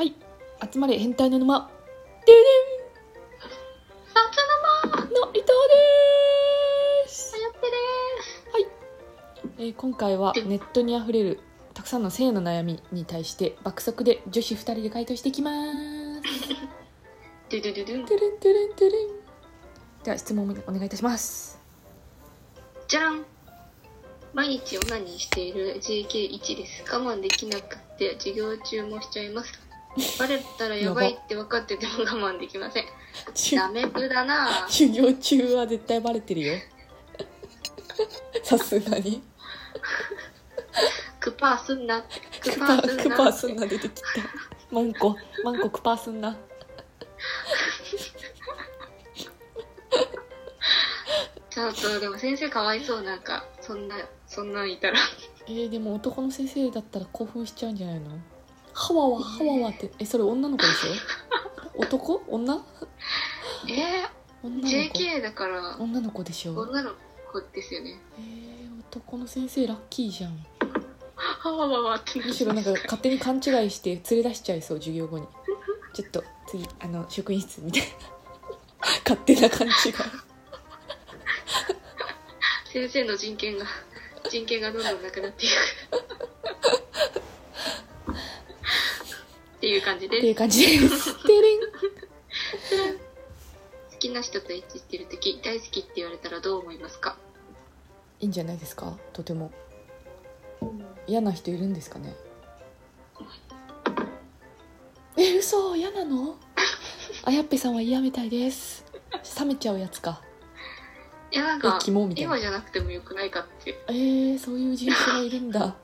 集まれ変態の沼でつのまでんの伊藤ですはやってですえー今回はネットにあふれるたくさんの性の悩みに対して爆速で女子2人で回答していきますドゥドゥドゥドトゥルゥントゥルントゥルンでは質問をお願いいたしますじゃらん毎日オナニーしている JK1 です我慢できなくて授業中もしちゃいますバレたらやばいって分かってても我慢できませんちゅダメプだなぁ授業中は絶対バレてるよさすがにクパーすんなってククパパーすんクなパーすんな出てきたマンコマンコクパーすんなちょっとでも先生かわいそうなんかそんなそんなんいたらえー、でも男の先生だったら興奮しちゃうんじゃないのハワワハワワってえそれ女の子でし ょ男女え女のー、子 JK だから女の子でしょ女の子ですよねえー、男の先生ラッキーじゃんはわわわってなむるしろなんか勝手に勘違いして連れ出しちゃいそう授業後 にちょっと次あの職員室みたいな 勝手な勘違い先生の人 権が人権がどんどんなくなっていくっていう感じっでていうす感じ ですてれん好きな人と一致してる時大好きって言われたらどう思いますかいいんじゃないですかとても嫌な人いるんですかねえ嘘嫌なのあやっぺさんは嫌みたいです冷めちゃうやつかいやなんかえキモみたいな今じゃなくてもよくないかってえー、そういう人種がいるんだ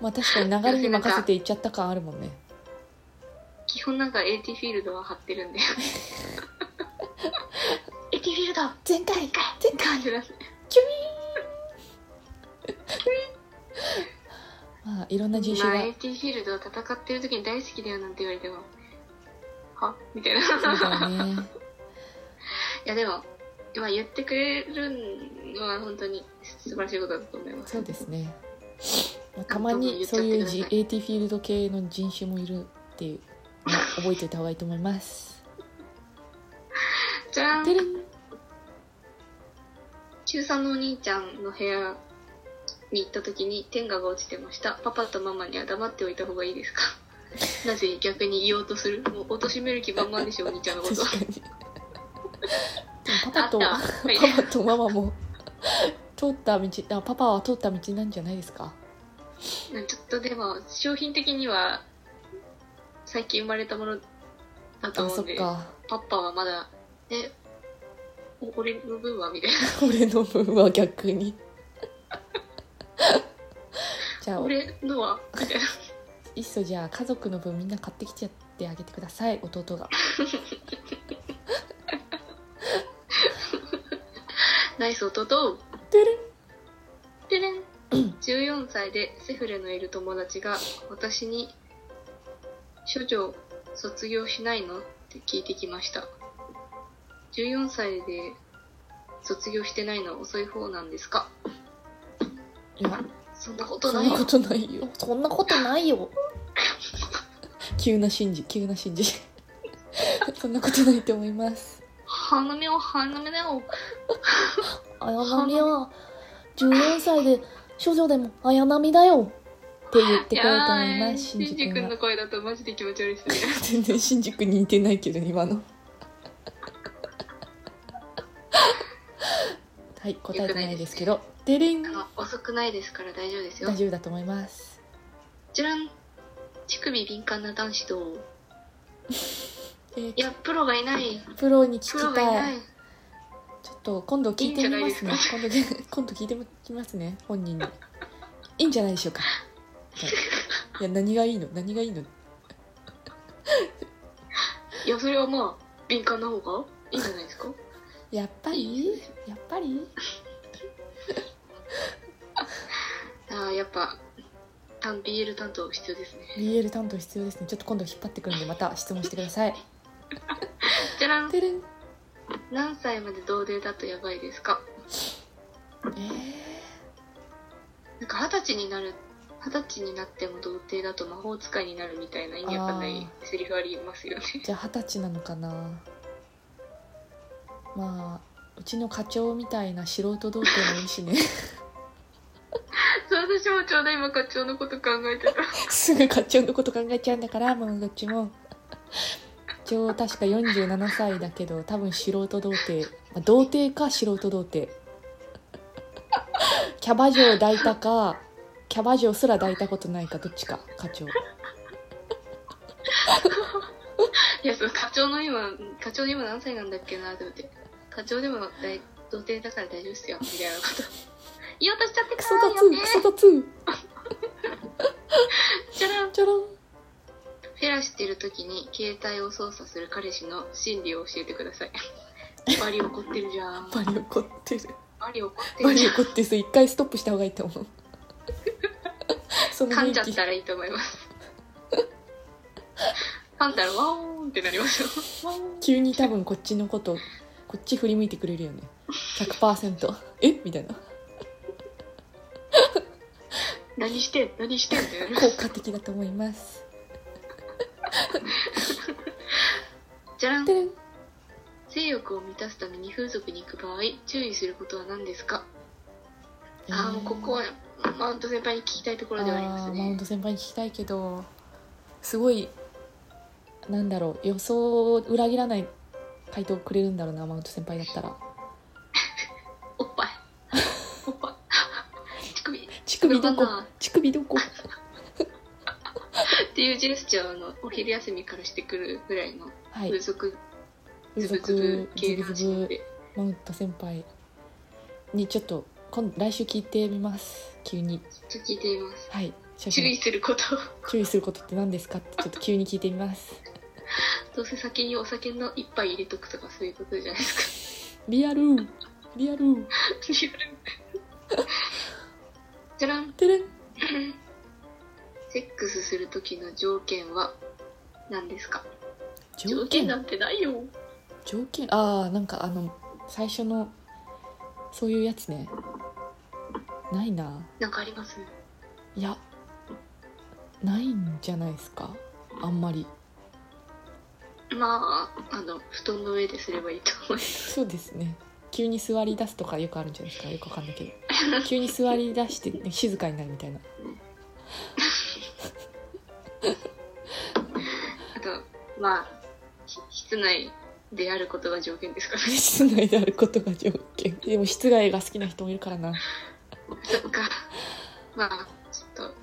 まあ確かに流れに任せていっちゃった感あるもんね基本なんか AT フィールドは張っ てるんで AT フィールド前回一回前感回じなんでまあいろんな人まあ種が AT フィールドを戦ってる時に大好きだよなんて言われてもはみたいなそう だよねいやでも、まあ、言ってくれるのは本当に素晴らしいことだと思います。そうですね、まあ、たまにそういうじ AT フィールド系の人種もいるっていうのを覚えておいた方がいいと思いますじゃてんれん中3のお兄ちゃんの部屋に行った時に天下が落ちてました。パパとママには黙っておいた方がいい ですかなぜ逆に言おうとするもう貶める気満々でしょ、お兄ちゃんのこと。確かにでもパパとあったパはい パとママも通った道あパパは通った道なんじゃないですかちょっとでも、商品的には最近生まれたものだとあ思うそんっで、かパパはまだ、え、お俺の分はみたいな。俺の分は逆に じゃあ俺のはみたいな。 いっそじゃあ家族の分みんな買ってきちゃってあげてください弟がナイス弟てれんでね、14歳でセフレのいる友達が私に「処女卒業しないの?」って聞いてきました14歳で卒業してないの遅い方なんですかいやそんなことそなんいなよことないよそんなことないよ 急な信じ急な信じ そんなことないと思います花見を花見だよ綾波は14歳で少女でも綾波だよって言っていこようとや思いまーすし新んじ宿君君のは声だとマジで気持ち悪いっすね全然新宿に似てないけど今の はい答えてないですけどデリンあの 遅くないですから大丈夫ですよ大丈夫だと思いますじゃらん乳首敏感な男子とえーいやプロがいないプロに聞プロきがいたないいちょっと今度聞いてみますねいいん今度で今度聞いてきますね本人にいいんじゃないでし ょうかはいいや何がいいの何がいいのいやそれはまあ敏感な方がいいんじゃないですかやっぱりやっぱり ああやっぱ単 BL 担当必要ですね BL 担当必要ですねちょっと今度引っ張ってくるんでまた質問してくださいじゃらんてるん何歳まで同棲だとやばいですかえーなんか二十歳になる二十歳になっても童貞だと魔法使いになるみたいな意味わかんないセリフあります よね。じゃあ二十歳なのかなまあうちの課長みたいな素人童貞もいるしねそう私もちょうど今課長のこと考えてた。すぐ課長のこと考えちゃうんだからもうどっち も一応確か47歳だけど多分素人童貞、まあ、童貞か素人童貞キャバ嬢抱いたかキャバ嬢すら抱いたことないかどっちか課長いや、その課長の今、課長今何歳なんだっけなと思って。課長でも大童貞だから大丈夫っすよ、みたいな こと。言おうとしちゃってクかソらだつクソだつじゃらんちょろんフェラしてる時に携帯を操作する彼氏の心理を教えてくだ さい。バリ怒ってるじゃん。バリ怒って るバリ怒ってバるじリゃん。怒ってる人一回ストップした方がいいと 思うその噛んじゃっ雰囲気たらいいと思います。噛んだらワーンってなりますよ。急に多分こっちのことこっち振り向いてくれるよね100%えみたいな何してん何してんってなります。効果的だと思いますじゃらんて。れん性欲を満たすために風俗に行く場合、注意することは何ですかああもうここはマウント先輩に聞きたいところではありますーマウンねト先輩に聞きたいけどすごいなんだろう予想を裏切らない回答をくれるんだろうなマウント先輩だったらおっぱいおっぱい 乳首っ乳首どどうこかな乳首どこていうジェスチャーはあのお昼休みからしてくるぐらいのはい風俗風ズブズブ俗ズ系ブのズ話ブでマウント先輩にちょっと今来週聞いてみます急にちょっと聞いていますはい注注意することを注意することって何ですかってちょっと急に聞いてみますどうせ先にお酒の一杯入れとくとかそういうことじゃないですかリアルリアル じゃらんてれんセックスする時の条件は何ですか条条件なんてないよ条件ああなんかあの最初のそういうやつねないななんかありますいやないんじゃないですかあんまりまああの布団の上ですればいいと思いますそうですね急に座り出すとかよくあるんじゃないですかよくわかんないけど急に座り出して、ね、静かになるみたいなあと、まあ、ひ室内であることが条件ですからね。室内であることが条件でも室外が好きな人もいるからなそっか。まあ、ちょっと、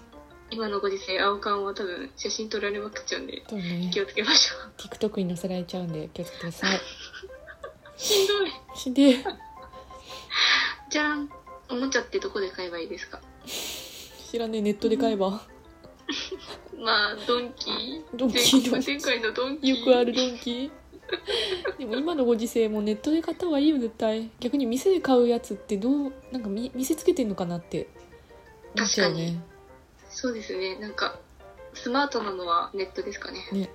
今のご時世、青缶は多分写真撮られまくっちゃうんで、そうね気をつけましょう。 TikTok に載せられちゃうんで気をつけてくださいしんどい。死んでじゃらん。おもちゃってどこで買えばいいですか知らねえネットで買えばまあ、ドンキー。ドンキードンキー前回のドンキよー。くあるドンキーでも今のご時世もうネットで買った方がいいよ絶対逆に店で買うやつってどうなんか見見せつけてんのかなって思っちゃうよねそうですね。なんか、スマートなのはネットですかね。ね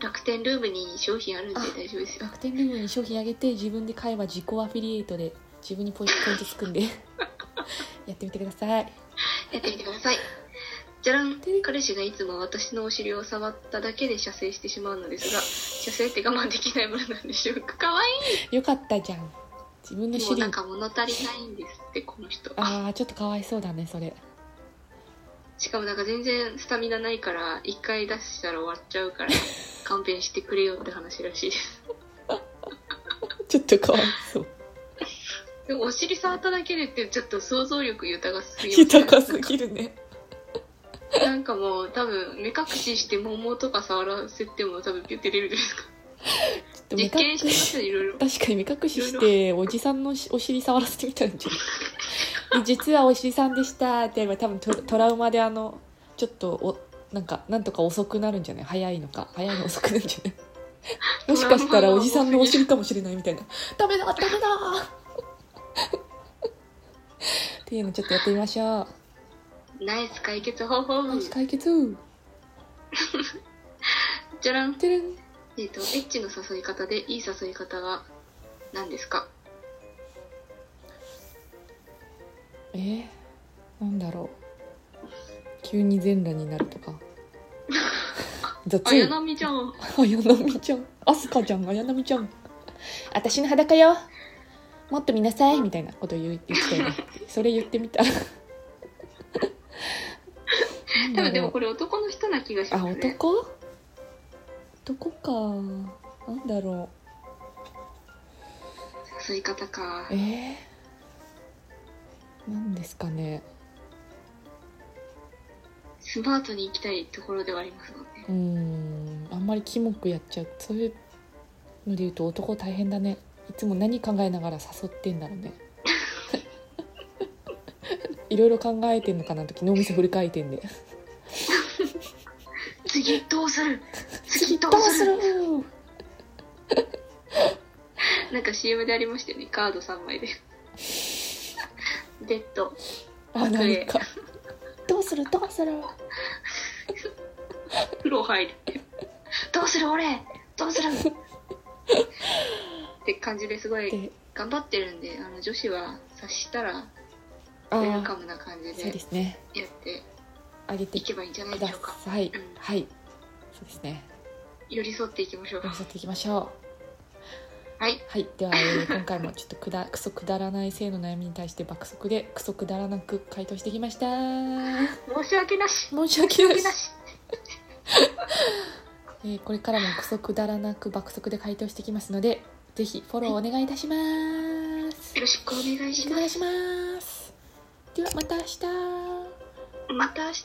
楽天ルームに商品あるんで大丈夫ですよ。楽天ルームに商品あげて自分で買えば自己アフィリエイトで自分にポイントポイントつくんで やってみてくださいやってみてください。じゃらん。彼氏がいつも私のお尻を触っただけで射精してしまうのですが、射精って我慢できないものなんでしょうか。かわいよかったじゃん自分のい。もシうリなんーか物足りないんですって、この人。ああちょっとかわいそうだねそれしかもなんか全然スタミナないから、一回出したら終わっちゃうから、勘弁してくれよって話らしいです。 ちょっとかわいそう でもお尻触っただけでってちょっと想像力豊かすぎますね豊かすぎるねなんかもう多分目隠しして桃とか触らせても多分ピュッて出るじゃないですか。ちょっと目実験して隠ましすね、いろいろ。確かに目隠ししておじさんのしお尻触らせてみたんじゃんで 実はお尻さんでしたって言えば多分トトラウマであのちょっとおなんかなんとか遅くなるんじゃない早いのか早いの遅くなるんじゃないもしかしたらおじさんのお尻かもしれないみたいなダメだダメだ っていうのちょっとやってみましょうナイス解決方法。解決じゃらん。てるんえっ、と、エッチの誘い方でいい誘い方は何ですかえー、なんだろう急に全裸になるとか雑綾い波じゃん。綾波ちゃんアスカちゃん綾波ちゃん私の裸よもっと見なさいみたいなこと言う言ってたよねそれ言ってみたなん多だろ分うでもこれ男の人な気がしあますね。男男かなんだろ吸い方かう。えー、なんですかねスマートに行きたいところではありますもんね。うーんあんまりキモくやっちゃうそういうので言うと男大変だねいつも何考えながら誘ってんだろ うねいろいろ考えてんのかなとき脳みそフル回転で次どうする次次どどううすするるなんか CM でありましたよね。カード3枚で。デッド。あなんかどうするどうする風呂入る。どうする俺どうするって感じですごいで頑張ってるんで、あの女子は察したらあウェルカームな感じそうでですねやってあげていくけばいいんじゃないでだしょうか。さいうんはいそうですね寄り添っていきましょう。寄せていきましょうはい。はいでは、えー今回もちょっとくだクソくだらない性の悩みに対して爆速でクソくだらなく回答してきました申し訳なし。申し訳な申いし訳なし。えーこれからもクソくだらなく爆速で回答してきますのでぜひフォローお願いいたしますよろしくお願いしおま願いす。しますではまた明日また明日。